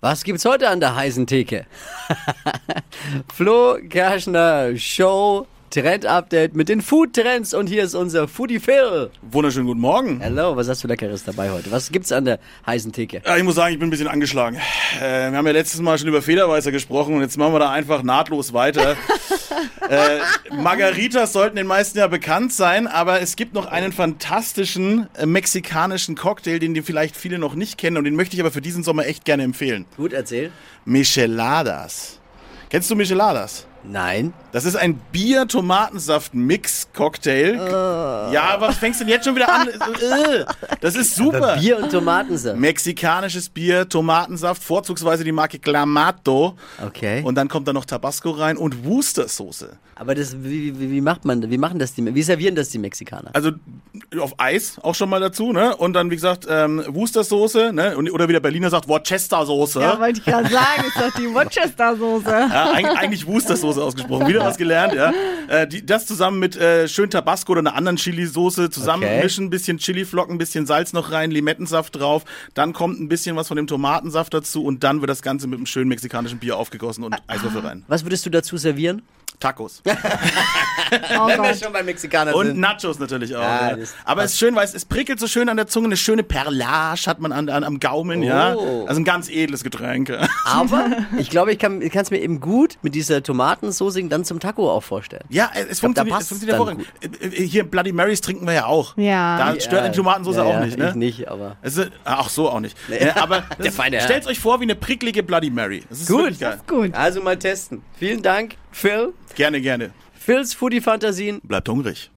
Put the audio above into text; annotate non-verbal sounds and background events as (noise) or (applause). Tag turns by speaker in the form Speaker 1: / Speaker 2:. Speaker 1: Was gibt's heute an der heißen Theke? (laughs) Flo Kerschner Show Trend Update mit den Food Trends und hier ist unser Foodie Phil.
Speaker 2: Wunderschönen guten Morgen.
Speaker 1: Hello, was hast du Leckeres dabei heute? Was gibt's an der heißen Theke?
Speaker 2: Ja, ich muss sagen, ich bin ein bisschen angeschlagen. Äh, wir haben ja letztes Mal schon über Federweißer gesprochen und jetzt machen wir da einfach nahtlos weiter. äh, Margaritas sollten den meisten ja bekannt sein, aber es gibt noch einen fantastischen äh, mexikanischen Cocktail, den die vielleicht viele noch nicht kennen und den möchte ich aber für diesen Sommer echt gerne empfehlen.
Speaker 1: Gut erzähl.
Speaker 2: Micheladas. Kennst du Micheladas?
Speaker 1: Nein.
Speaker 2: Das ist ein Bier-Tomatensaft-Mix-Cocktail. Ja, was fängst du denn jetzt schon wieder an? Äh, Das ist super.
Speaker 1: Bier und Tomatensaft.
Speaker 2: Mexikanisches Bier, Tomatensaft, vorzugsweise die Marke Clamato.
Speaker 1: Okay.
Speaker 2: Und dann kommt da noch Tabasco rein und Worcestersoße.
Speaker 1: Aber das wie, wie, wie macht man wie machen das die wie servieren das die Mexikaner?
Speaker 2: Also auf Eis auch schon mal dazu, ne? Und dann, wie gesagt, ähm, Worcestersoße, ne? Und, oder wie der Berliner sagt, Worcestersoße.
Speaker 3: Ja, wollte ich gerade sagen, ist doch die
Speaker 2: (laughs)
Speaker 3: Worcester-Soße.
Speaker 2: Ja, eig eigentlich Worcestersoße ausgesprochen. Wieder was gelernt, ja. Äh, die, das zusammen mit äh, schön Tabasco oder einer anderen Chili-Soße
Speaker 1: Okay.
Speaker 2: zusammenmischen, ein bisschen Chili-Flocken, ein bisschen Salz noch rein, Limettensaft drauf. Dann kommt ein bisschen was von dem Tomatensaft dazu und dann wird das Ganze mit einem schönen mexikanischen Bier aufgegossen und Eiswürfel rein.
Speaker 1: Was würdest du dazu servieren?
Speaker 2: Tacos.
Speaker 3: Oh Gott.
Speaker 1: schon bei Mexikanern
Speaker 2: Und Nachos natürlich auch.
Speaker 1: Ja,
Speaker 2: Ja,
Speaker 1: das
Speaker 2: Aber es ist schön, weil es, es prickelt so schön an der Zunge, eine schöne Perlage hat man an, an, am Gaumen, ja.
Speaker 1: Oh.
Speaker 2: Also ein ganz edles Getränk.
Speaker 1: Aber ich glaube, ich kann es mir eben gut mit dieser Tomatensoße dann zum Taco auch vorstellen.
Speaker 2: (laughs) Ja, es, es
Speaker 1: glaub, da
Speaker 2: funktioniert,
Speaker 1: passt's
Speaker 2: es funktioniert
Speaker 1: dann
Speaker 2: hervorragend. Äh, äh, Hier Bloody Marys trinken wir ja auch.
Speaker 3: Ja.
Speaker 2: Da stört
Speaker 1: Ja,
Speaker 2: die Tomatensoße
Speaker 1: ja,
Speaker 2: auch
Speaker 1: ja,
Speaker 2: nicht, ne?
Speaker 1: Ich nicht, aber.
Speaker 2: Es ist, ach so, auch nicht. Äh, Aber
Speaker 1: (laughs) Der feine Herr.
Speaker 2: stellt euch vor wie eine pricklige Bloody Mary. Das ist
Speaker 1: Gut.
Speaker 2: wirklich geil.
Speaker 3: Gut.
Speaker 1: Also mal testen. Vielen Dank, Phil.
Speaker 2: Gerne, gerne.
Speaker 1: Phils Foodie Fantasien
Speaker 2: Bleibt hungrig.